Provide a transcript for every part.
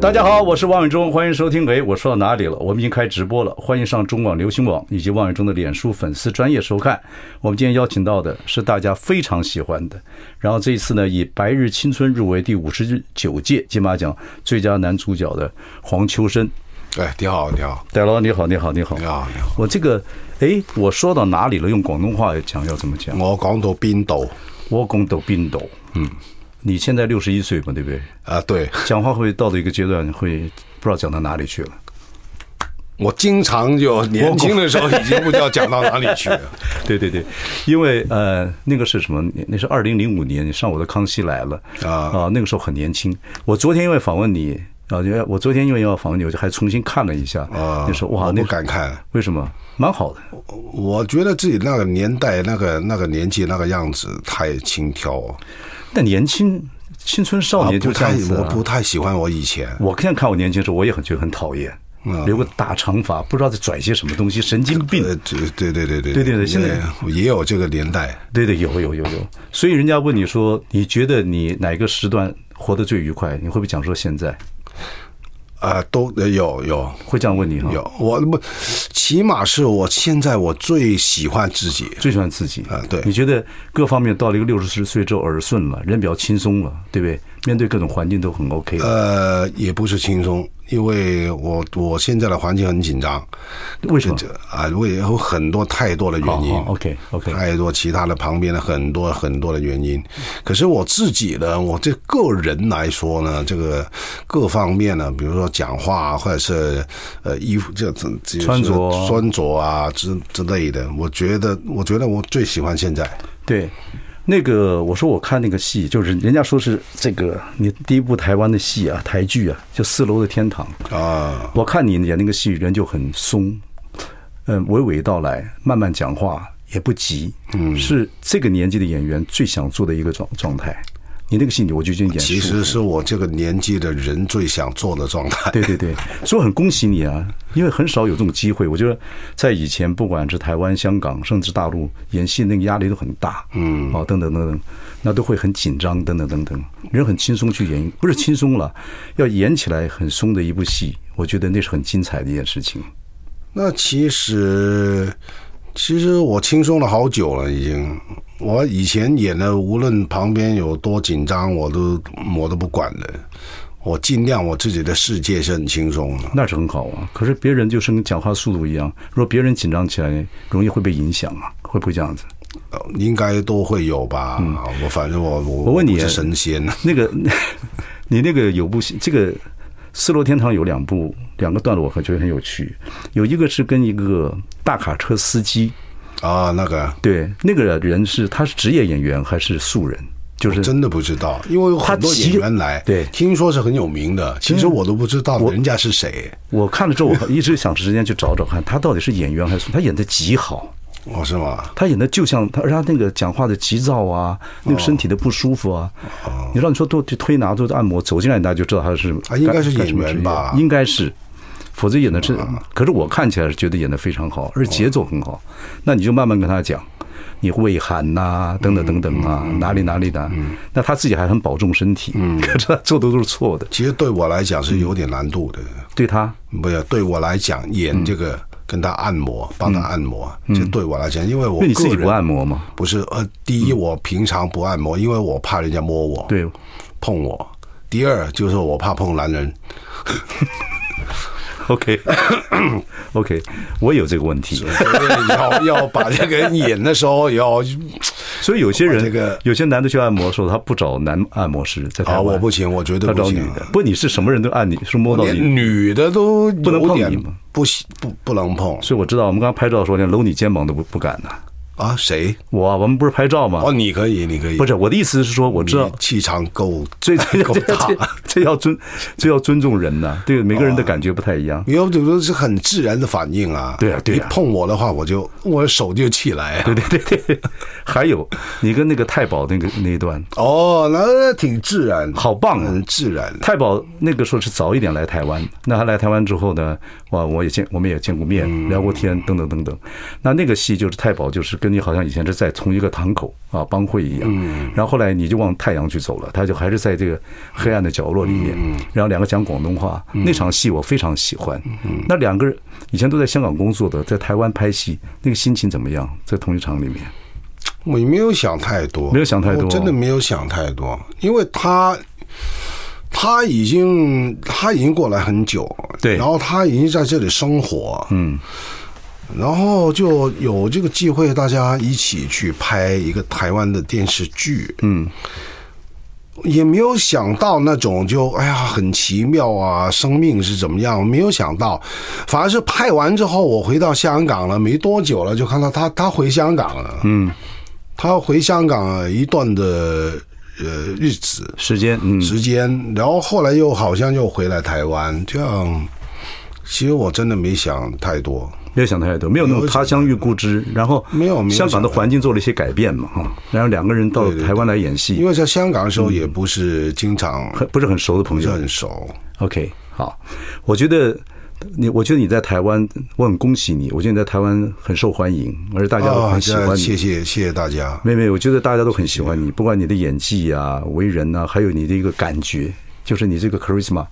大家好，我是王伟忠，欢迎收听。哎，我说到哪里了？我们已经开直播了，欢迎上中广流行网以及王伟忠的脸书粉丝专业收看。我们今天邀请到的是大家非常喜欢的，然后这一次呢，以《白日青春》入围第五十九届金马奖最佳男主角的黄秋生。哎，你好，你好，戴老，你好，你好，你好，你好，你好。我这个，哎，我说到哪里了？用广东话讲要怎么讲？我讲到边度我讲到边度。嗯，你现在六十一岁嘛，对不对？啊？对，讲话会到了一个阶段，会不知道讲到哪里去了。我经常就年轻的时候已经不知道讲到哪里 去了。对对对，因为呃，那个是什么？那是二零零五年，你上我的《康熙来了》啊那个时候很年轻。我昨天因为访问你啊，因为我昨天因为要访问你，我就还重新看了一下。啊那时候哇，我那不个敢看。为什么？蛮好的，我觉得自己那个年代、那个那个年纪、那个样子太轻佻，哦但年轻青春少年就不这太样，子、我啊。不太喜欢我以前。我现在看我年轻的时候，我也很觉得很讨厌，留个大长发，不知道在拽些什么东西，神经病。啊呃，对对对对对对对对现在也有这个年代。对对，有有有有。所以人家问你说，你觉得你哪个时段活得最愉快？你会不会讲说现在？啊，都呃有有会这样问你哈？有，我不，起码是我现在我最喜欢自己。最喜欢自己啊对你觉得各方面到了一个六十岁之后耳顺了，人比较轻松了，对不对？面对各种环境都很 OK 了。呃，也不是轻松，因为我我现在的环境很紧张，为什么？啊，为有很多太多的原因好好，OK，OK 太多其他的旁边的很多很多的原因。可是我自己呢，我这个人来说呢，这个各方面呢，比如说讲话啊或者是呃衣服这这这穿着穿着啊之之类的，我觉得我觉得我最喜欢现在。对，那个我说我看那个戏，就是人家说是这个你第一部台湾的戏啊，台剧啊，就《四楼的天堂》。啊，我看你演那个戏，人就很松，嗯，娓娓道来，慢慢讲话，也不急，嗯，是这个年纪的演员最想做的一个状状态。你那个戏，我就觉得演其舒服实是我这个年纪的人最想做的状态。 对对对，所以我很恭喜你啊，因为很少有这种机会。我觉得在以前，不管是台湾、香港，甚至大陆演戏，那个压力都很大，嗯，哦，等等等等，那都会很紧张，等等等等。人很轻松去演，不是轻松了，要演起来很松的一部戏，我觉得那是很精彩的一件事情。那其实，其实我轻松了好久了，已经。我以前演的，无论旁边有多紧张，我都我都不管的。我尽量我自己的世界是很轻松的。那是很好啊。可是别人就是跟讲话速度一样，如果别人紧张起来，容易会被影响啊，会不会这样子？呃应该都会有吧？嗯啊我反正我我我问你不是神仙， 那个， 你那个有部戏，这个《四楼天堂》有两部两个段落，我觉得很有趣。有一个是跟一个大卡车司机，啊，那个对，那个人是他是职业演员还是素人？就是哦真的不知道，因为有很多他其演员来，对听说是很有名的，其实我都不知道人家是谁。我看了之后，我一直想时间去找找看，他到底是演员还是素他演的极好。哦，是吗？他演的就像他，而且他那个讲话的急躁啊，那个身体的不舒服啊，你让你说做去推拿、做按摩，走进来大家就知道他是他应该干是干什么演员职业吧啊应该是，否则演的是，可是我看起来是觉得演的非常哦好，而且节奏很好，那你就慢慢跟他讲。你胃寒呐、等等等等嗯啊，哪里哪里的，那他自己还很保重身体， 可是他做的都是错的。其实对我来讲是有点难度的。对他，不要对我来讲嗯演这个跟他按摩，帮他按摩，这对我来讲，因为我因嗯为你自个己不人按摩嘛，不是呃，第一我平常不按摩，因为我怕人家摸我， 对，碰我。第二就是我怕碰男人， ，OK，OK，、我有这个问题。所以要要把这个演的时候要所以有些人，我这个有些男的去按摩的时候，他不找男按摩师，在台 啊，湾、我不行，我绝对他不找行女，的。不，你是什么人都按你，是摸到连你。女的都不能碰你点吗不行不不能碰，所以我知道，我们刚刚拍照的时候，连搂你肩膀都不不敢呐、啊，谁？我我们不是拍照吗？哦，你可以，你可以，啊不是我的意思是说，我知道你气场够这这够这大。 这这要尊这要尊重人呐，对每个人的感觉不太一样。你要比如说是很自然的反应啊，对啊对啊一碰我的话，我就我手就起来、啊对，对对对， 还有你跟那个太保那个那一段，哦，那挺自然，好棒啊！很自然的，太保那个时候是早一点来台湾，那他来台湾之后呢，哇，我也见我们也见过面，聊过天，等等等等。那那个戏就是太保，就是跟你好像以前是在同一个堂口啊帮会一样，然后后来你就往太阳去走了，他就还是在这个黑暗的角落里面，然后两个讲广东话，那场戏我非常喜欢。那两个人以前都在香港工作的，在台湾拍戏，那个心情怎么样？在同一场里面，我没有想太多，没有想太多我真的没有想太多，因为他他已经他已经过来很久了，对然后他已经在这里生活，嗯，然后就有这个机会，大家一起去拍一个台湾的电视剧，嗯，也没有想到那种就哎呀很奇妙啊，生命是怎么样？没有想到，反而是拍完之后，我回到香港了，没多久了，就看到他他回香港了，嗯，他回香港一段的呃日子时间，嗯，时间，然后后来又好像又回来台湾，这样。其实我真的没想太多，没有想太多，没有那种他乡遇故知，然后没有没有香港的环境做了一些改变嘛哈，然后两个人到台湾来演戏，因为在香港的时候也不是经常很不是很熟的不朋是友。很熟， OK，好，我觉得你，我觉得你在台湾，我很恭喜你，我觉得你在台湾很受欢迎，而且大家都啊，很喜欢你。谢谢谢谢大 家，没有没有，我觉得大家都很喜欢你，不管你的演技啊、为人啊，还有你的一个感觉，就是你这个 charisma。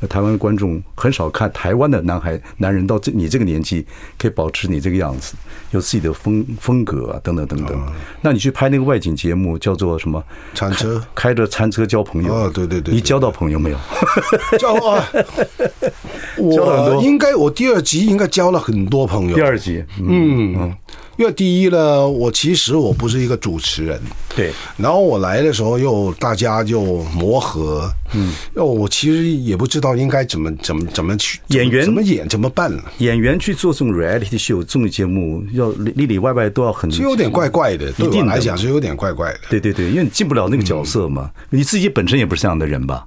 呃台湾观众很少看台湾的男孩、男人到这你这个年纪可以保持你这个样子，有自己的风风格啊，等等等等。哦那你去拍那个外景节目，叫做什么？铲 车开着餐车交朋友。哦对对对对你交到朋友没有？交啊，交了很我多应该我第二集应该交了很多朋友第，二集，嗯，嗯，因为第一呢，我其实我不是一个主持人，对，然后我来的时候又大家就磨合，嗯，又我其实也不知道应该怎么怎么怎么去怎么演员怎么演怎么办了，演员去做这种 reality show 综艺节目，要里里里外外都要很是有点怪怪的，对嗯一我定的来讲是有点怪怪的。对对对，因为你进不了那个角色嘛，你自己本身也不是这样的人吧？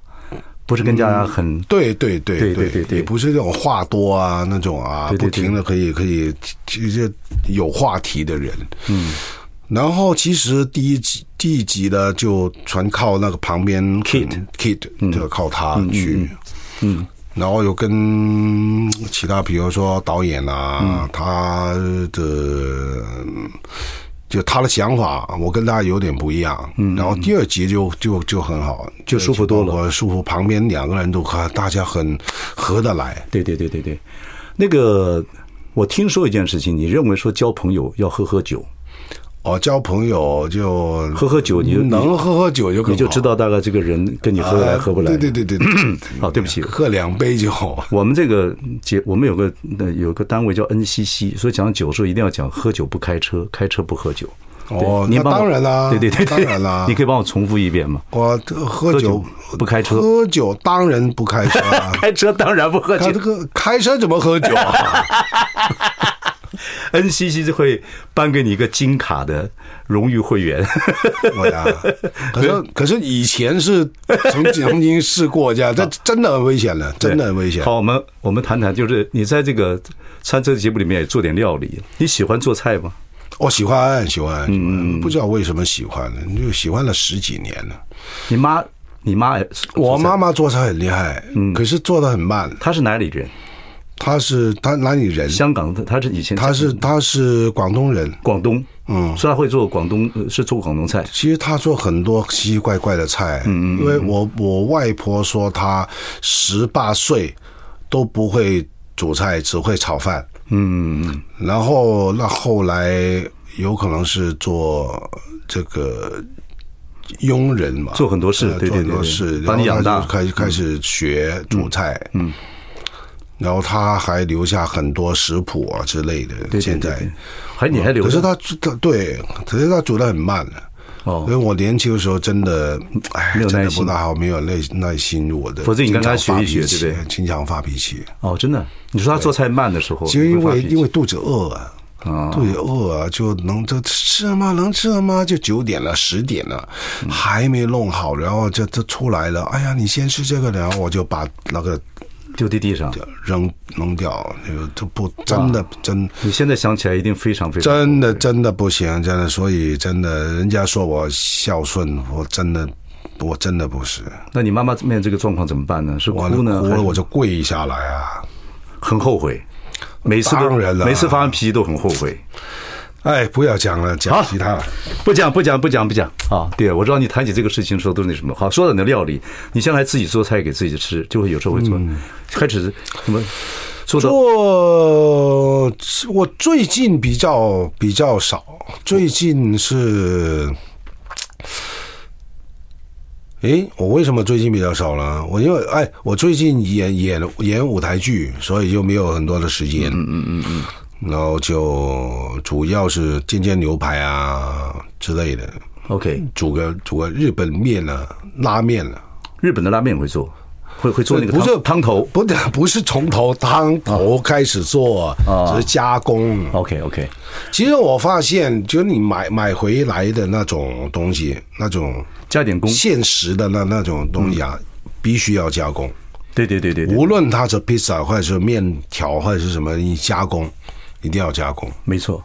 不是跟大家很、对对对对对对对也不是那种话多啊那种啊，对对对不停的可以可以其实有话题的人。嗯，然后其实第一集第一集呢，就全靠那个旁边 Kid 嗯 Kid 就靠他去，嗯，然后有跟其他比如说导演嗯啊，他的。呃就他的想法，我跟他有点不一样。嗯，然后第二集就就就很好，就舒服多了。我舒服，旁边两个人都和大家很合得来。对对对对对。那个，我听说一件事情，你认为说交朋友要喝喝酒，哦，交朋友就喝喝酒你就能喝喝酒就更你就好知道大概这个人跟你啊合得来合不来。哦对对对对， 对好对不起喝两杯就好。我们这个节，我们有个呃有个单位叫 NCC，所以讲酒的时候一定要讲喝酒不开车，开车不喝酒。对哦您那帮我当然啦对对对，对当然啦 你可以帮我重复一遍吗？我喝喝酒酒不开车喝酒当然不开车啊 。开车当然不喝酒他这，个开车怎么喝 酒啊？ NCC 就会颁给你一个金卡的荣誉会员，我哎呀，可是可是以前是曾曾经试过 这样，这真的很危险了， 真的很危险。好，我们我们谈谈，就是你在这个餐车节目里面也做点料理，你喜欢做菜吗？我喜欢喜嗯欢，喜欢不知道为什么喜欢呢，就喜欢了十几年了。你妈，你妈也，我妈妈做菜很厉害，嗯可是做的很慢。她是哪里人？她是她哪里人？香港的，她是以前她是她是广东人。广东，嗯，所以她会做广东，呃是做广东菜。其实她做很多奇奇怪怪的菜，嗯因为我我外婆说她十八岁都不会煮菜，只会炒饭。嗯，然后那后来有可能是做这个佣人嘛，做很多事呃对对做很对多对事，把你养然后他大就开始开始学煮菜，嗯，然后他还留下很多食谱啊之类的，对现对对在对，，还你还留可是着他他对，可是他煮的很慢啊了。因哦为。我年轻的时候真的，哎，没有真耐的心不大好，没有耐耐心，我的否则你跟他经常学一学发脾气对不对？经常发脾气，哦，真的，你说她做菜慢的时候，就因你会发为脾气因为肚子饿啊，啊，肚也饿啊，就能这这吗？能这吗？就九点了，十点了，嗯还没弄好，然后这这出来了，哎呀，你先吃这个，然后我就把那个呃丢在地上。扔弄掉，就就不真的真你现在想起来一定非常非常真的真的不行，真的，所以真的，人家说我孝顺，我真的我真的不是，那你妈妈面对这个状况怎么办呢？是我哭呢？哭还了是我就跪下来啊，很后悔，每次都当然了每次发完脾气都很后悔。哎，不要讲了，讲好其他了。不讲不讲不讲不讲啊！对，我知道你谈起这个事情的时候都是那什么。好，说到你的料理，你将来自己做菜给自己吃，就会有时候会做，嗯开始什么做到做我最近比较比较少，最近是，诶，我为什么最近比较少呢？我因为哎，我最近演演演舞台剧，所以就没有很多的时间。嗯嗯嗯嗯。然后就主要是煎煎牛排啊之类的， OK，煮个煮个日本面啊、拉面啊。日本的拉面会做，会会做那个呃不汤是汤头。不不是从头汤头开始做，只是加工。 OK OK，其实我发现，就是你买买回来的那种东西，那种加点工，现实的那那种东西啊，必须要加工。对对对对对，无论它是披萨，或者是面条，或者是什么，你加工一定要加工。没错。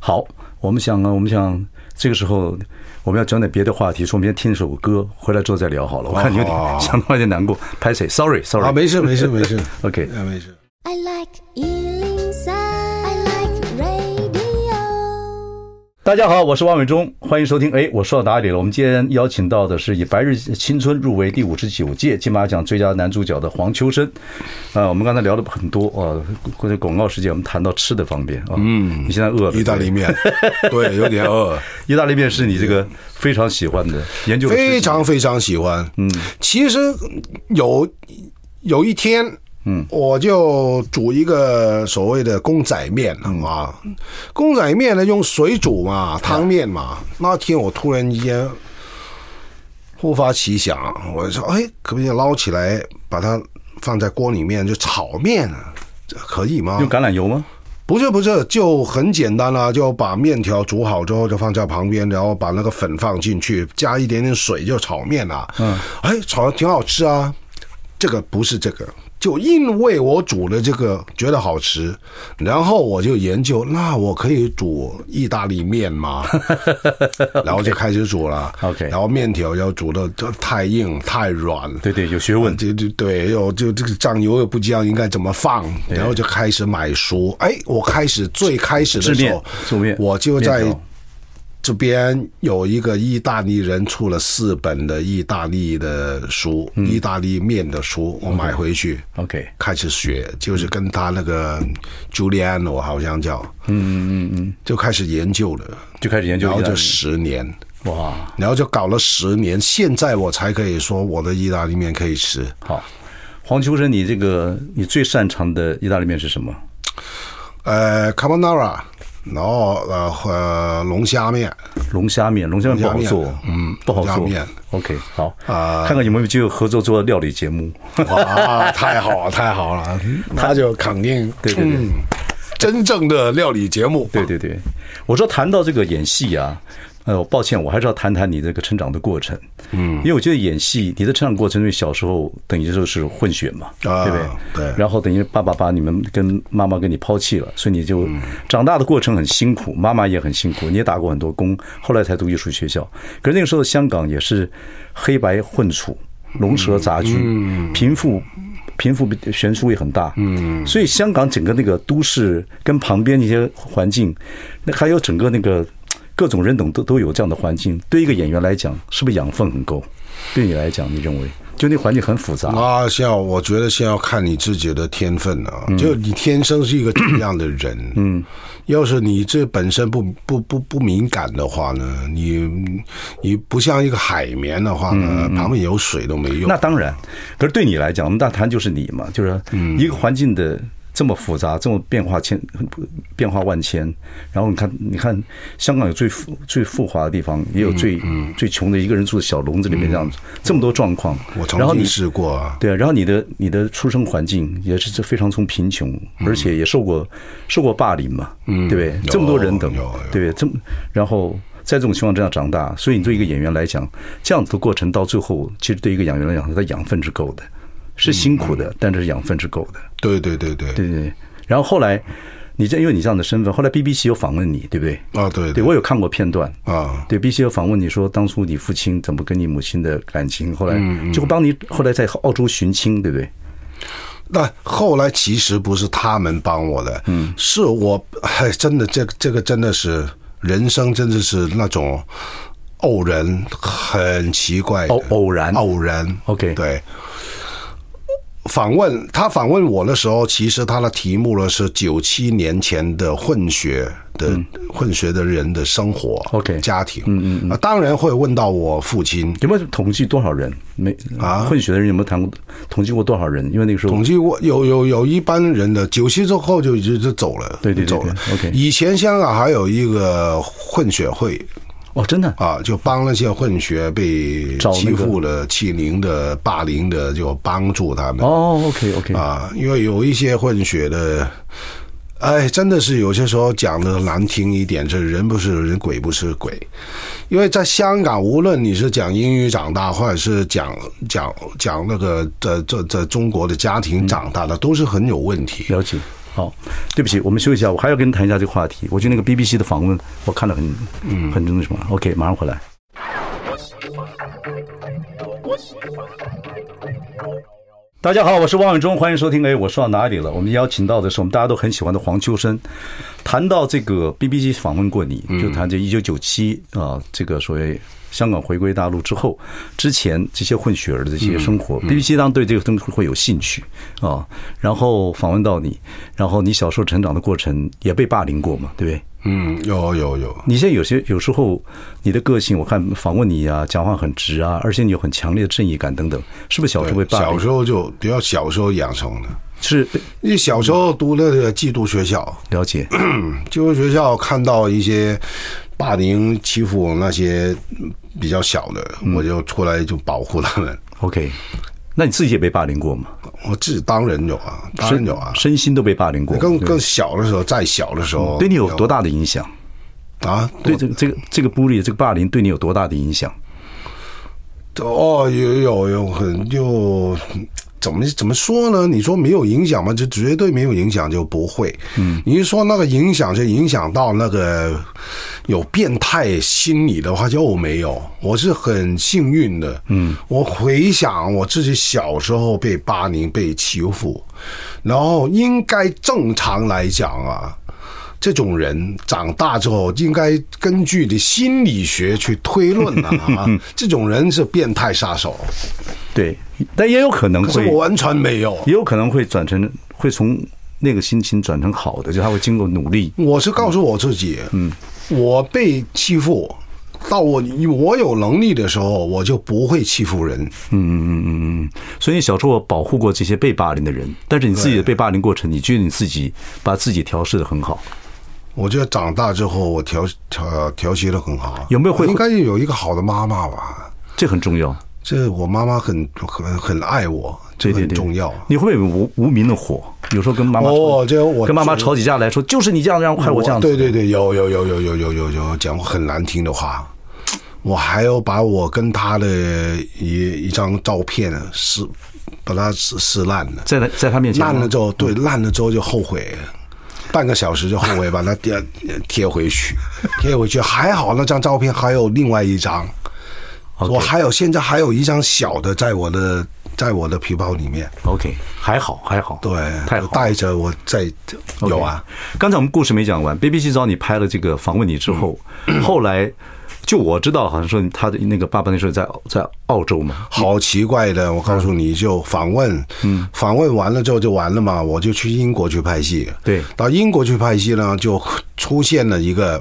好，我们想啊，我们想这个时候我们要讲点别的话题，说我们先听一首歌，回来之后再聊好了。我看你有好好好点想到有点难过，拍谁？Sorry 啊， Sorry 没事没事没事， OK。啊 没事。 I like Ealing Sound. I like radio. 大家好，我是王伟忠，欢迎收听。哎，我说到哪里了？我们今天邀请到的是以《白日青春》入围第五十九届金马奖最佳男主角的黄秋生。呃，我们刚才聊了很多啊，关于广告时间，我们谈到吃的方面啊。嗯，你现在饿了？意大利面，对，有点饿，对，意大利面是你这个非常喜欢的研究了十几年，非常非常喜欢。嗯，其实有有一天，嗯，我就煮一个所谓的公仔面嗯啊，公仔面呢用水煮嘛，汤面嘛。那天我突然之间突发奇想，我说，哎，可不可以捞起来，把它放在锅里面就炒面啊？这可以吗？用橄榄油吗？不是不是，就很简单啦、就把面条煮好之后就放在旁边，然后把那个粉放进去，加一点点水就炒面啦、嗯，哎，炒的挺好吃啊。这个不是这个，就因为我煮了这个觉得好吃，然后我就研究，那我可以煮意大利面吗？然后就开始煮了。 OK 然后面条要煮的太硬太软，对对，有学问。就就对，又就这个酱油又不知道应该怎么放，然后就开始买书。哎，我开始最开始的制时面候，做面，我就在面条这边有一个意大利人出了四本的意大利的书，嗯意大利面的书，我买回去。 OK。开始学，就是跟他那个 Juliano 好像叫，嗯嗯嗯，就开始研究了，就开始研究然后意大利就面十年，哇，然后就搞了十年，现在我才可以说我的意大利面可以吃。好。黄秋生，你这个你最擅长的意大利面是什么？呃，carbonara，然后呃呃龙虾面，龙虾面，龙虾面不好龙虾面做，嗯不好龙虾做面。啊 OK，好，看看有没有机会合作做料理节目。 哇，太好了，太好了，他就肯定对对对嗯真正的料理节目，对对对，我说谈到这个演戏啊，呃，抱歉，我还是要谈谈你这个成长的过程。嗯，因为我觉得演戏，你的成长过程，因为小时候等于就是混血嘛，啊对不对？对然后等于爸爸把你们跟妈妈给你抛弃了，所以你就长大的过程很辛苦，妈妈也很辛苦，你也打过很多工，后来才读艺术学校。可是那个时候香港也是黑白混处，龙蛇杂居，贫富。贫富悬殊也很大，嗯，所以香港整个那个都市跟旁边一些环境，那还有整个那个各种人等都都有这样的环境，对一个演员来讲，是不是养分很够？对你来讲，你认为就那环境很复杂，啊，现在我觉得现在要看你自己的天分了、嗯就你天生是一个怎样的人。嗯， 要是你这本身不不不不敏感的话呢，你你不像一个海绵的话嗯呢，旁边有水都没用嗯那。当然，可是对你来讲，我们大谈就是你嘛，就是一个环境的这么复杂，这么变化千变化万千。然后你看，你看香港有最富最富华的地方，也有嗯最最穷的一个人住的小笼子里面这样子，这么多状况。我然曾后经你试过啊，对啊，然后你的你的出生环境也是非常从贫穷，而且也受过受过霸凌嘛，对不对？嗯有这么多人等有有，对不对？这么然后在这种情况之下长大，所以你对一个演员来讲，这样子的过程到最后，其实对一个演员来讲，他的养分是够的，是辛苦嗯的，但是养分是够的。对对对对，对对对。然后后来你这因为你这样的身份，后来 BBC 有访问你，对不对？啊对对我有看过片段。啊，对 BBC 有访问你说，当初你父亲怎么跟你母亲的感情，后来嗯就会帮你后来在澳洲寻亲，对不对？那后来其实不是他们帮我的，嗯，是我，哎，真的，这个这个真的是人生，真的是那种偶然，很奇怪的偶偶然偶然 OK 对。访问他访问我的时候，其实他的题目呢是九七年前的混血的、混血的人的生活嗯 OK 家庭，嗯嗯，啊，当然会问到我父亲，有没有统计多少人？没啊混血的人有没有谈过？统计过多少人？因为那个时候统计过有有有一般人的九七之后就就就走了，对对对就走了。对，OK 以前香港还有一个混血会哦，真的啊，就帮那些混血被找那个欺负的、欺凌的、霸凌的，就帮助他们哦，OK OK，啊，因为有一些混血的。哎，真的是有些时候讲的难听一点，这人不是人，鬼不是鬼。因为在香港，无论你是讲英语长大，或者是讲讲讲那个在在在中国的家庭长大的，都是很有问题。了解。好，对不起，我们休息一下，我还要跟你谈一下这个话题。我觉得那个 BBC 的访问，我看了很，嗯，很那什么。OK，马上回来。大家好，我是汪永忠，欢迎收听。哎，我说到哪里了？我们邀请到的是我们大家都很喜欢的黄秋生。谈到这个 BBC 访问过你，嗯就谈这一九九七啊，这个所谓香港回归大陆之后，之前这些混血儿的这嗯些生活、b b c 当然对这个东西会有兴趣啊。然后访问到你，然后你小时候成长的过程也被霸凌过嘛，对不对？嗯，有有有，你现在有些有时候你的个性，我看访问你啊，讲话很直啊，而且你有很强烈的正义感等等，是不是小时候被霸凌？小时候就比较小时候养成的。是因为小时候读那个寄宿学校，了解，寄宿学校看到一些霸凌欺负那些比较小的，嗯我就出来就保护他们。 OK，那你自己也被霸凌过吗？我自己当然有啊，当然有啊。身身心都被霸凌过，更对更小的时候，再小的时候，对你有多大的影响？啊？对这个这个这个孤立这个霸凌对你有多大的影响？哦，有有有很就怎么怎么说呢？你说没有影响吗？就绝对没有影响，就不会。嗯，你一说那个影响，就影响到那个有变态心理的话，就哦没有。我是很幸运的。嗯，我回想我自己小时候被霸凌、被欺负，然后应该正常来讲啊。这种人长大之后，应该根据你心理学去推论 啊，嗯啊这种人是变态杀手，对，但也有可能可是会，我完全没有。也有可能会转成会从那个心情转成好的，就他会经过努力。我是告诉我自己，嗯，我被欺负，到我我有能力的时候，我就不会欺负人。嗯所以小时候保护过这些被霸凌的人，但是你自己的被霸凌过程，你觉得你自己把自己调试的很好。我觉得长大之后，我调调调节的很好。有没有会我应该有一个好的妈妈吧？这很重要，这我妈妈很很很爱我，这对个对很对，重要。啊你会不会有无无名的火？有时候跟妈妈哦吵这我跟妈妈这吵几架来说，就是你这样让害我这样子。对对对，有有有有有有有有讲过很难听的话，我还要把我跟他的一一张照片啊撕，把它撕撕烂了，在他在他面前烂了之后，对，烂了之后就后悔。半个小时就后悔，把它贴贴回去， 贴回去还好那张照片还有另外一张，我 OK 还有现在还有一张小的在我的在我的皮包里面， OK，还好还好，对，太好。带着我在有啊，刚才我们故事没讲完，BBC 找你拍了这个访问你之后，嗯后来就我知道，好像说他的那个爸爸那时候在在澳洲嘛，好奇怪的，我告诉你，就访问，嗯，访问完了之后就完了嘛，我就去英国去拍戏，对到英国去拍戏呢，就出现了一个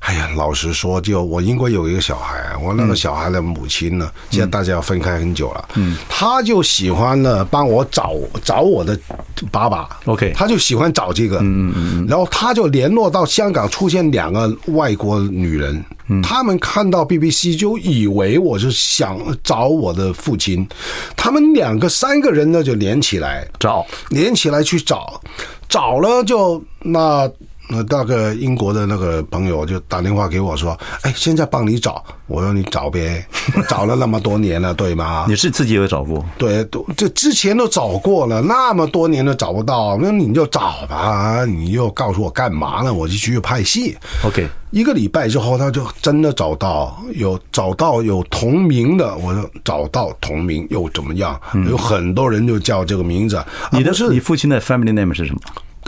哎呀，老实说，就我英国有一个小孩，我那个小孩的母亲呢，现在大家分开很久了，嗯，他就喜欢呢帮我找找我的爸爸 OK 他就喜欢找这个，嗯嗯嗯，然后他就联络到香港出现两个外国女人，嗯，他们看到 BBC 就以为我是想找我的父亲，他们两个三个人呢就连起来，找连起来去找，找了就那那那个英国的那个朋友就打电话给我说，哎，现在帮你找，我说你找呗，我找了那么多年了， 对吗？你是自己有找过？对，都这之前都找过了，那么多年都找不到，那你就找吧，你又告诉我干嘛呢？我就去拍戏。 OK，一个礼拜之后，他就真的找到有找到有同名的，我说找到同名又怎么样？有很多人就叫这个名字。嗯你的啊、不是你父亲的 family name 是什么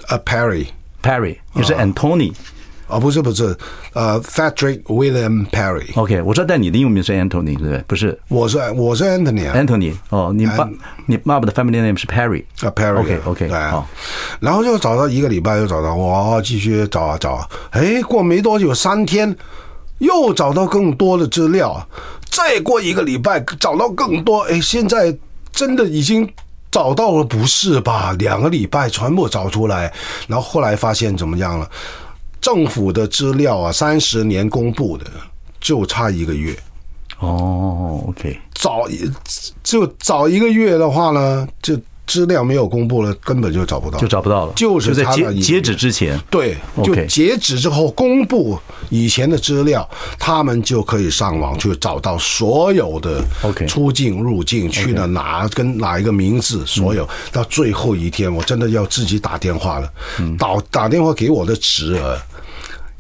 呃 Perry ？Perry，你是 Anthony。啊，不是不是，呃 Patrick William Perry， OK，我知道，但你的英文名是 Anthony，对不对？不是我是我是 Anthony 啊 Anthony 哦，你爸你爸爸的 family name 是 Perry。啊 Perry 啊 OK OK，对好，然后就找到一个礼拜，又找到我继续找啊找啊，哎，过没多久三天，又找到更多的资料，再过一个礼拜找到更多，哎，现在真的已经。找到了不是吧？两个礼拜全部找出来，然后后来发现怎么样了？政府的资料啊，三十年公布的，就差一个月。哦，OK，找一就找一个月的话呢，就资料没有公布了，根本就找不到，就找不到了，啊就是在他的截隐截止之前。对，就 OK 截止之后公布以前的资料，他们就可以上网去找到所有的 OK 出境、入境去了哪跟哪一个名字，所嗯有到最后一天，我真的要自己打电话了，嗯打打电话给我的侄儿，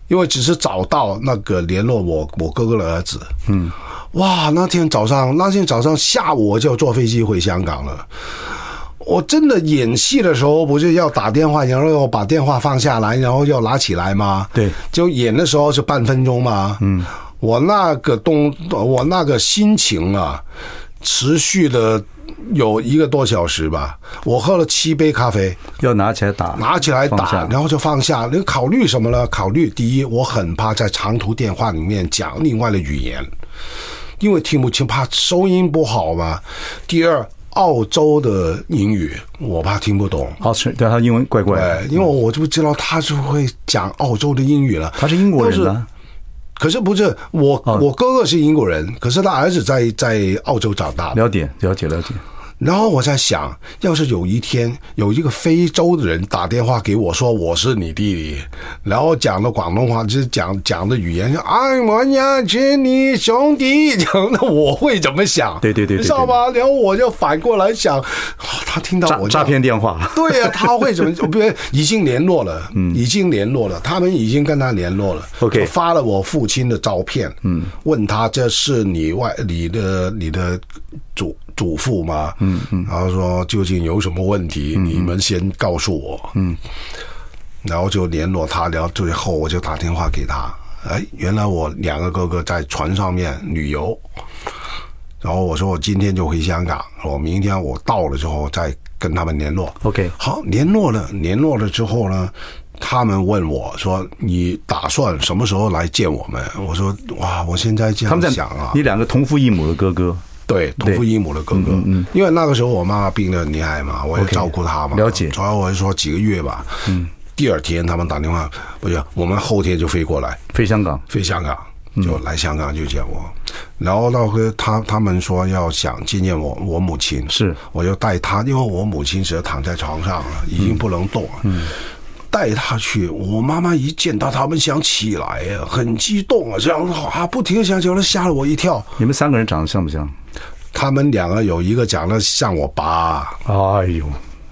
因为只是找到那个联络我我哥哥的儿子，嗯，哇，那天早上那天早上下午我就要坐飞机回香港了。我真的演戏的时候，不是要打电话，然后要把电话放下来，然后要拿起来吗？对就演的时候是半分钟嘛。嗯，我那个东，我那个心情啊，持续了有一个多小时吧。我喝了七杯咖啡，要拿起来打，拿起来放下打，然后就放下。你考虑什么呢？考虑第一，我很怕在长途电话里面讲另外的语言，因为听不清，怕收音不好嘛。第二，澳洲的英语我怕听不懂，哎哦，是对他英文怪怪的，对，因为我就知道他是会讲澳洲的英语了。他是英国人但是呢。哦可是不是我，我哥哥是英国人，可是他儿子在在澳洲长大的。了解，了解，了解。然后我在想，要是有一天有一个非洲的人打电话给我说我是你弟弟，然后讲的广东话，就是讲讲的语言，就哎我呀，是你兄弟，讲 的我会怎么想？对对对对对你知道吗？然后我就反过来想，哦他听到诈我这诈样骗电话， 对呀、他会怎么？不，已经联络了，已经联络了，他们已经跟他联络了。 OK 我发了我父亲的照片，嗯，问他这是你外你的你的祖祖父吗？嗯嗯，然后说究竟有什么问题，你们先告诉我，嗯，然后就联络他，然后最后我就打电话给他，哎，原来我两个哥哥在船上面旅游，然后我说我今天就回香港，我明天我到了之后再跟他们联络。 OK 好，联络了，联络了之后呢，他们问我说：“你打算什么时候来见我们？”我说：“哇，我现在这他们样在想啊，你两个同父异母的哥哥，对，同父异母的哥哥，因为那个时候我妈妈病得很厉害嘛，我嗯也 OK，照顾她嘛，了解所以我就说几个月吧，嗯，第二天他们打电话，不是，我们后天就飞过来，飞香港。飞香港，就来香港就见我。然后那个他他们说要想纪念我我母亲，是我就带她，因为我母亲只是躺在床上了，已经不能动了。带她去，我妈妈一见到他们想起来呀，很激动啊，这样啊不停的想起来，吓了我一跳。你们三个人长得像不像？他们两个有一个长得像我爸，哎呦，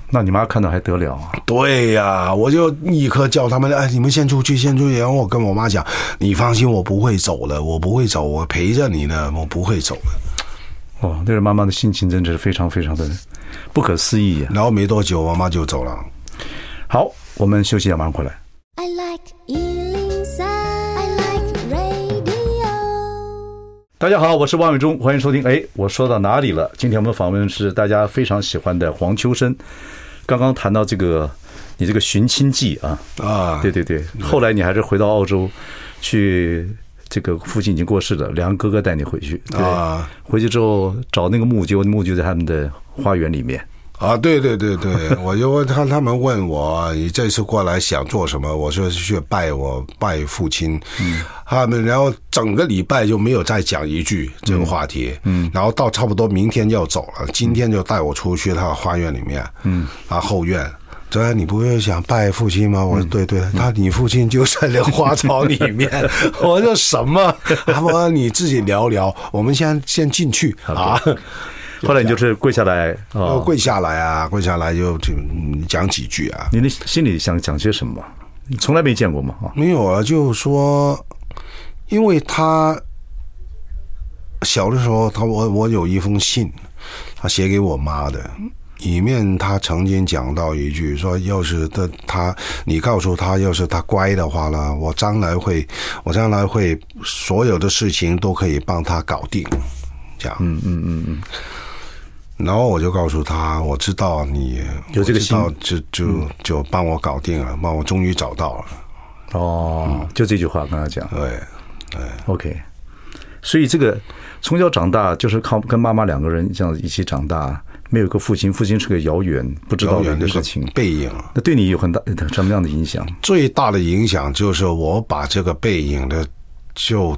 那你妈看到还得了啊？对呀、我就立刻叫他们，哎，你们先出去，先出去。然后我跟我妈讲，你放心，我不会走了，我不会走，我陪着你呢，我不会走的。哇，哦那个妈妈的心情真的是非常非常的不可思议呀、然后没多久，我妈就走了。好，我们休息一下，马上回来。 I like Ealing Sound. I like radio. 大家好，我是王伟忠，欢迎收听。哎，我说到哪里了？今天我们访问是大家非常喜欢的黄秋生。刚刚谈到这个你这个寻亲记啊，啊，对对对，后来你还是回到澳洲去。这个父亲已经过世了，梁哥哥带你回去。对啊，回去之后找那个木鸠，木鸠在他们的花园里面。啊，对对对对，我就问他，他们问我你这次过来想做什么？我说是去拜我拜父亲，他们然后整个礼拜就没有再讲一句这个话题，嗯，然后到差不多明天就要走了，今天就带我出去他的花园里面，嗯，啊后院。这你不是想拜父亲吗？我说对对，他你父亲就在莲花草里面。 我说什 么？他说你自己聊聊，我们先先进去啊。后来你就是跪下来要啊，跪下来啊，跪下来就就嗯讲几句啊。你的心里想讲些什么？你从来没见过嘛啊，没有啊，就说，因为他小的时候，他我我有一封信，他写给我妈的，里面他曾经讲到一句说，要是他他你告诉他，要是他乖的话呢，我将来会我将来会所有的事情都可以帮他搞定，这样。嗯嗯嗯嗯。然后我就告诉他，我知道你有这个心我知道就就就帮我搞定了，帮我终于找到了。哦，就这句话跟他讲。对， OK，所以这个从小长大就是靠跟妈妈两个人这样一起长大，没有一个父亲，父亲是个遥远不知道的一个事情。背影。那对你有很大什么样的影响？最大的影响就是我把这个背影的就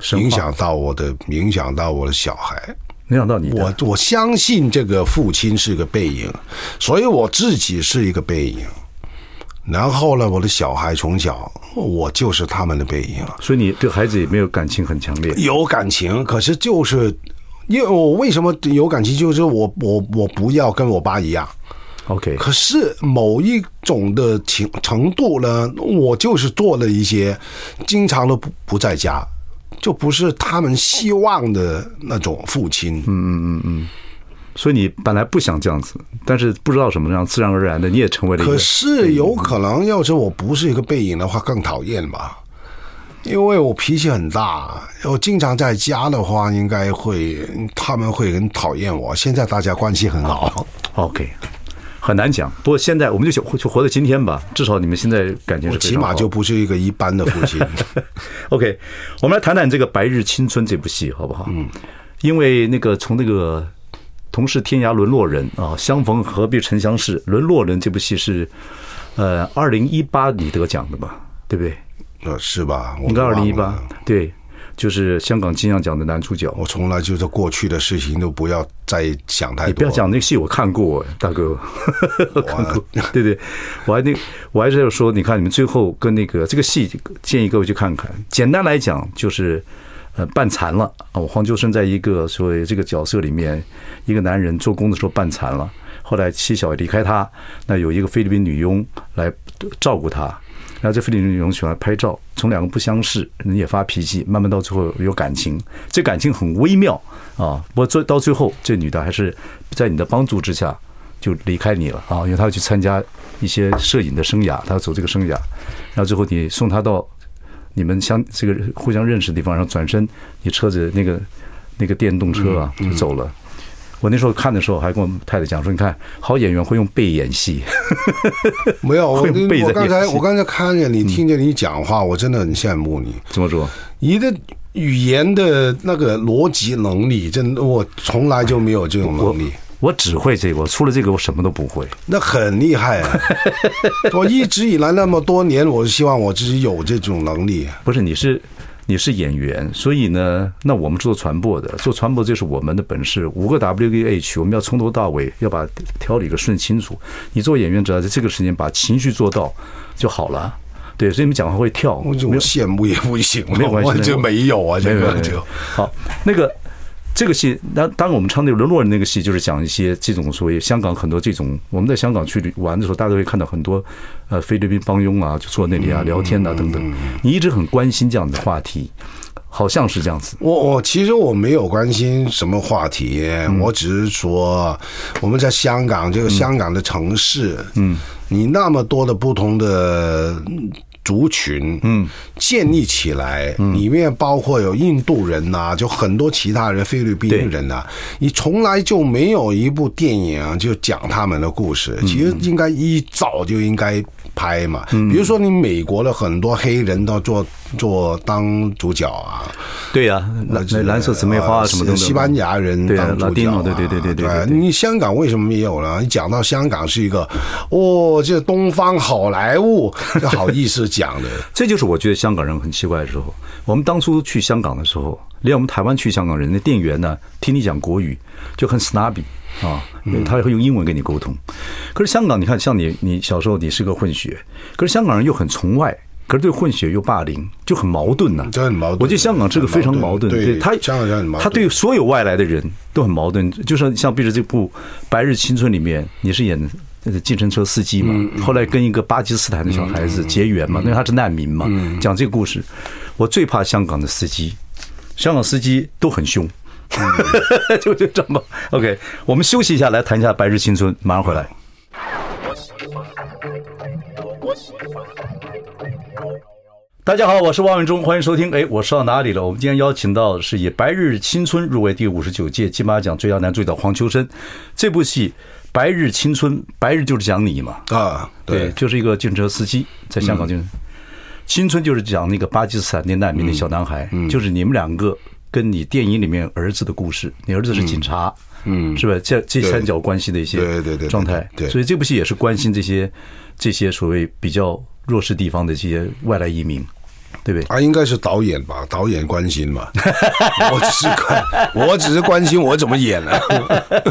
神话影响到我的，影响到我的小孩。没想到你的我我相信这个父亲是个背影，所以我自己是一个背影。然后呢，我的小孩从小我就是他们的背影。所以你对孩子也没有感情很强烈。有感情，可是就是因为我为什么有感情，就是我我我不要跟我爸一样。 OK，可是某一种的情程度呢，我就是做了一些，经常都不不在家，就不是他们希望的那种父亲。嗯，所以你本来不想这样子，但是不知道什么样，自然而然的你也成为了一可个。是有可能，要是我不是一个背影的话，更讨厌吧。因为我脾气很大，我经常在家的话，应该会他们会很讨厌我。现在大家关系很哦好， OK，很难讲。不过现在我们就想就活到今天吧，至少你们现在感情我是非起常码好就不是一个一般的父亲。 OK，我们来谈谈这个《白日青春》这部戏，好不好？嗯，因为那个从那个同是天涯沦落人啊，相逢何必曾相识。沦落人这部戏是呃二零一八你得奖的吧？对不对？呃，是吧？我应该都二忘零一了八，对，就是香港金像奖的男主角。我从来就是过去的事情都不要再想太多。啊你不要讲那个戏，我看过，大 哥，我看过。对对，我还那个我还是要说，你看你们最后跟那个这个戏，建议各位去看看。简单来讲，就是呃半残了啊。我黄秋生在一个所谓这个角色里面，一个男人做工的时候半残了，后来妻小离开他，那有一个菲律宾女佣来照顾他。然后这菲律宾女佣喜欢拍照，从两个不相识，人也发脾气，慢慢到最后有感情，这感情很微妙啊。不过最到最后，这女的还是在你的帮助之下就离开你了啊，因为她要去参加一些摄影的生涯，她要走这个生涯。然后最后你送她到你们相这个互相认识的地方，然后转身你车子那个那个电动车啊就走了。我那时候看的时候，还跟我太太讲说：“你看，好演员会用背演戏。没有，我会背着我刚才演戏我刚才看见你，听着你讲话，嗯我真的很羡慕你。”怎么说？你的语言的那个逻辑能力，真的我从来就没有这种能力，我只会这个，我除了这个我什么都不会。那很厉害 啊！我一直以来那么多年，我希望我自己有这种能力。不是，你是你是演员，所以呢，那我们做传播的，做传播这是我们的本事。五个 W E H，我们要从头到尾要把条理给顺清楚。你做演员只要在这个时间把情绪做到就好了。对，所以你们讲话会跳，我就没有羡慕也不行，没有关系我就没有啊，这没有个没就有。好，那个这个戏，那当我们唱那个《沦落人》那个戏，就是讲一些这种所谓香港很多这种，我们在香港去旅玩的时候，大家会看到很多呃菲律宾帮佣啊，就坐那里啊嗯聊天啊等等。你一直很关心这样的话题，好像是这样子。我我其实我没有关心什么话题，我只是说我们在香港这个香港的城市，嗯，你那么多的不同的嗯族群，嗯，建立起来，里面包括有印度人呐、就很多其他人，菲律宾人呐、你从来就没有一部电影、就讲他们的故事，其实应该一早就应该拍嘛，比如说你美国的很多黑人都做做当主角啊，对呀、蓝这个蓝色姊妹花啊呃什么的，西班牙人对啊当主角、啊， Latino，对对对对对对对你香港为什么没有呢？你讲到香港是一个，哦，这东方好莱坞， 这好意思讲的，这就是我觉得香港人很奇怪的时候。我们当初去香港的时候，连我们台湾去香港人的店员呢，听你讲国语就很 snobby 啊，嗯他会用英文跟你沟通。可是香港，你看，像你，你小时候你是个混血，可是香港人又很崇外。可是对混血又霸凌，就很矛盾呐、嗯这很矛盾我觉得香港这个非常矛盾，很矛盾对他香港人很矛盾他对所有外来的人都很矛盾。就是像比如这部《白日青春》里面，你是演那个计程车司机嘛，后来跟一个巴基斯坦的小孩子结缘嘛，因为他是难民嘛，讲这个故事。我最怕香港的司机，香港司机都很凶。 就就这么 OK，我们休息一下，来谈一下《白日青春》，马上回来。大家好，我是汪文忠，欢迎收听。哎，我说到哪里了？我们今天邀请到的是以《白日青春》入围第五十九届金马奖最佳男主角的黄秋生。这部戏《白日青春》，白日就是讲你嘛，啊，对，嗯就是一个计程车司机，在香港就是、青春，就是讲那个巴基斯坦那难民的小男孩，嗯就是你们两个跟你电影里面儿子的故事，你儿子是警察，嗯，是吧？这这对三角关系的一些对对对对状态，对所以这部戏也是关心这些这些所谓比较弱势地方的这些外来移民，对不对？啊，应该是导演吧，导演关 心嘛，我只是关，我只是关心我怎么演啊 了、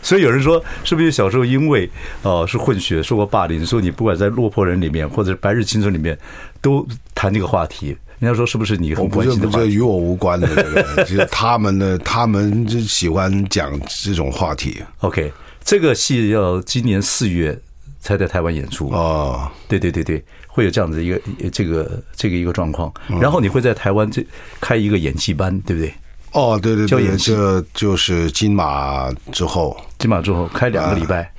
所以有人说，是不是小时候因为呃是混血受过霸凌，说你不管在《落魄人》里面或者《白日青春》里面都谈这个话题，人家说是不是你我很不关是心的不话是题？与我无关的，这个就是他们的，他们就喜欢讲这种话题 OK，这个戏要今年四月才在台湾演出。哦。对对对对，会有这样子一个呃这个这个一个状况。嗯然后你会在台湾这开一个演技班，对不对？哦，对对叫对，演戏这就是金马之后，金马之后开两个礼拜，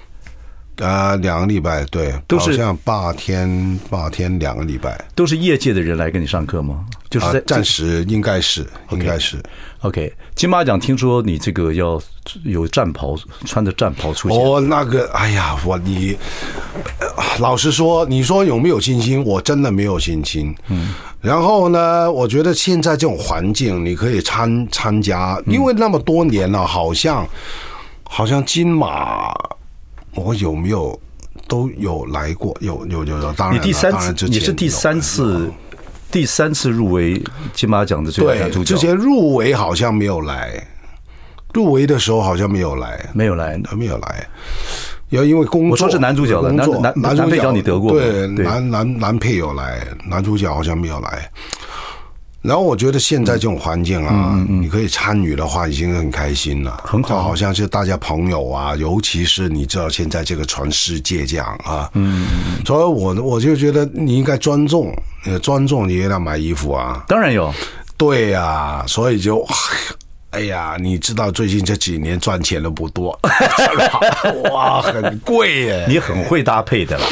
啊，两个礼拜，对，都好是像八天，八天两个礼拜，都是业界的人来跟你上课吗？就是啊在、，暂时应该是，应该是。 OK。金马奖听说你这个要有战袍，穿着战袍出现。哦，那个，哎呀，我你，呃老实说，你说有没有信心？我真的没有信心。嗯。然后呢，我觉得现在这种环境，你可以参参加，因为那么多年了，好像好像金马，我有没有都有来过？有有有有，当然你了第三当然之次，你是前第有三次，第三次入围金马奖的最佳对男主，角之，前入围好像没有来，入围的时候好像没有来，呃没有来。没有来。要因为工作，我说是男主角了工作男男男主男配角你得过对，对男男男配有来，男主角好像没有来。然后我觉得现在这种环境啊，你可以参与的话，已经很开心了，嗯很好就好像是大家朋友啊，尤其是你知道现在这个全世界这样啊，嗯，所以我我就觉得你应该尊重，呃尊重你给他买衣服啊，当然有，对呀、所以就。 哎呀，你知道最近这几年赚钱的不多， 是吧？哇，很贵耶！ 你很会搭配的了，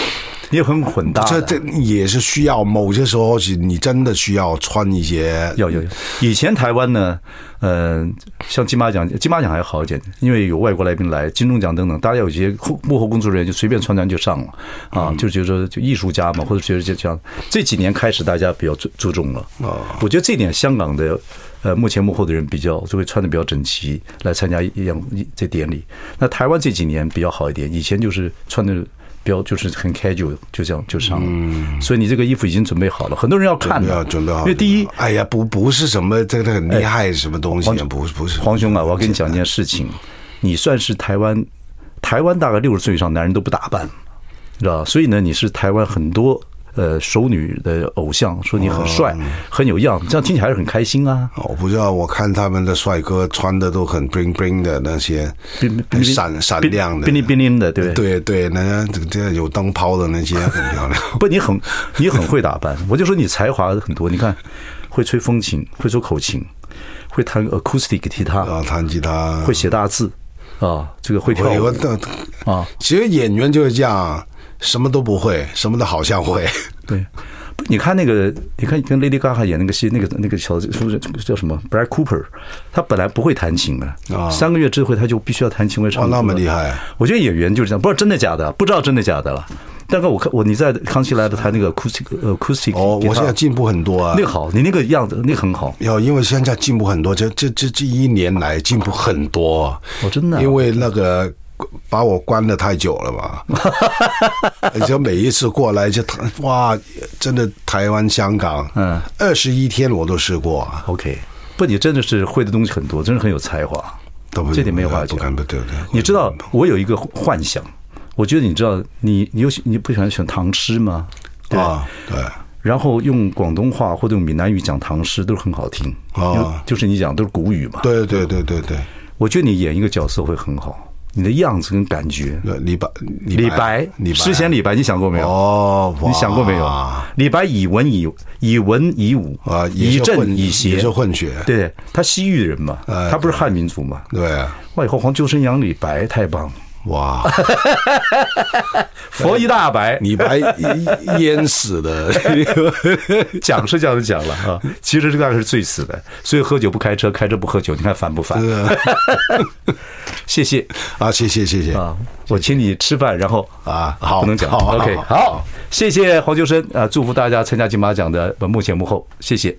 你很混搭这的。这也是需要某些时候是你真的需要穿一些有有有，以前台湾呢，呃，像金马奖，金马奖还好一点，因为有外国来宾来，金钟奖等等，大家有些后幕后工作人员就随便穿穿就上了啊，嗯就觉得就艺术家嘛，或者觉得就这样。这几年开始，大家比较注注重了，哦我觉得这点香港的。呃，目前幕后的人比较就会穿的比较整齐来参加一样一这典礼。那台湾这几年比较好一点，以前就是穿的比较就是很 casual，就这样就上了。所以你这个衣服已经准备好了，很多人要看准备的，好，嗯准备好。因为第一，哎哎呀，不不是什么这个很厉害什么东西，啊不是不是。黄兄啊，我要跟你讲一件事情，你算是台湾，台湾大概六十岁以上男人都不打扮，知道吧？所以呢，你是台湾很多呃熟女的偶像，说你很帅、很有样，这样听起来还是很开心啊。我不知道，我看他们的帅哥穿的都很 bling bling 的那些冰，很闪闪亮的，冰冰冰的，对不对？对对，那这这有灯泡的那些很漂亮。 不，你很你很会打扮，我就说你才华很多。你看，会吹风琴，会吹口琴，会弹 acoustic 吉他，啊，弹吉他，会写大字啊，这个会跳我我舞的，啊。其实演员就是这样，什么都不会，什么都好像会。对，不你看那个，你看跟 Lady Gaga 演那个戏，那个那个小是叫什么 Brad Cooper，他本来不会弹琴的，啊三个月之后他就必须要弹琴会唱哇歌。那么厉害我觉得演员就是这样，不知道真的假的，不知道真的假的了。但是我看我你在《康熙来了》弹那个 acoustic 呃 acoustic， 哦，我 guitar，现在进步很多啊那。个好，你那个样子那个很好，要因为现在进步很多，这这这这一年来进步很多啊。哦真的啊因为那个把我关的太久了 嘛，而且每一次过来就哇，真的台湾、香港，嗯，二十一天我都试过啊， OK，不，你真的是会的东西很多，真是很有才华。都不这点没有话不讲敢不对不对，你知道，我有一个幻想，我觉得你知道，你你有喜你不喜欢选唐诗吗？对吧啊，对，然后用广东话或者用闽南语讲唐诗都是很好听哦因为就是你讲都是古语嘛。，对对对对对，我觉得你演一个角色会很好，你的样子跟感觉。那李白李李白，李白诗仙李白，你想过没有？哦，哇你想过没有？李白以文以以文以武啊，也以是混正以邪也是，混血，对他西域人嘛，哎他不是汉民族嘛。对啊，哇，以后黄秋生养李白太棒了，哎 哇，佛一大白，李白淹淹死的， 讲是这样子讲了啊，其实这个案是最死的，所以喝酒不开车，开车不喝酒，你看烦不烦？谢谢啊，谢谢谢谢啊，我请你吃饭，然后啊，好，不能讲好好，OK，好好，谢谢黄秋生啊，祝福大家参加金马奖的幕前幕后，谢谢。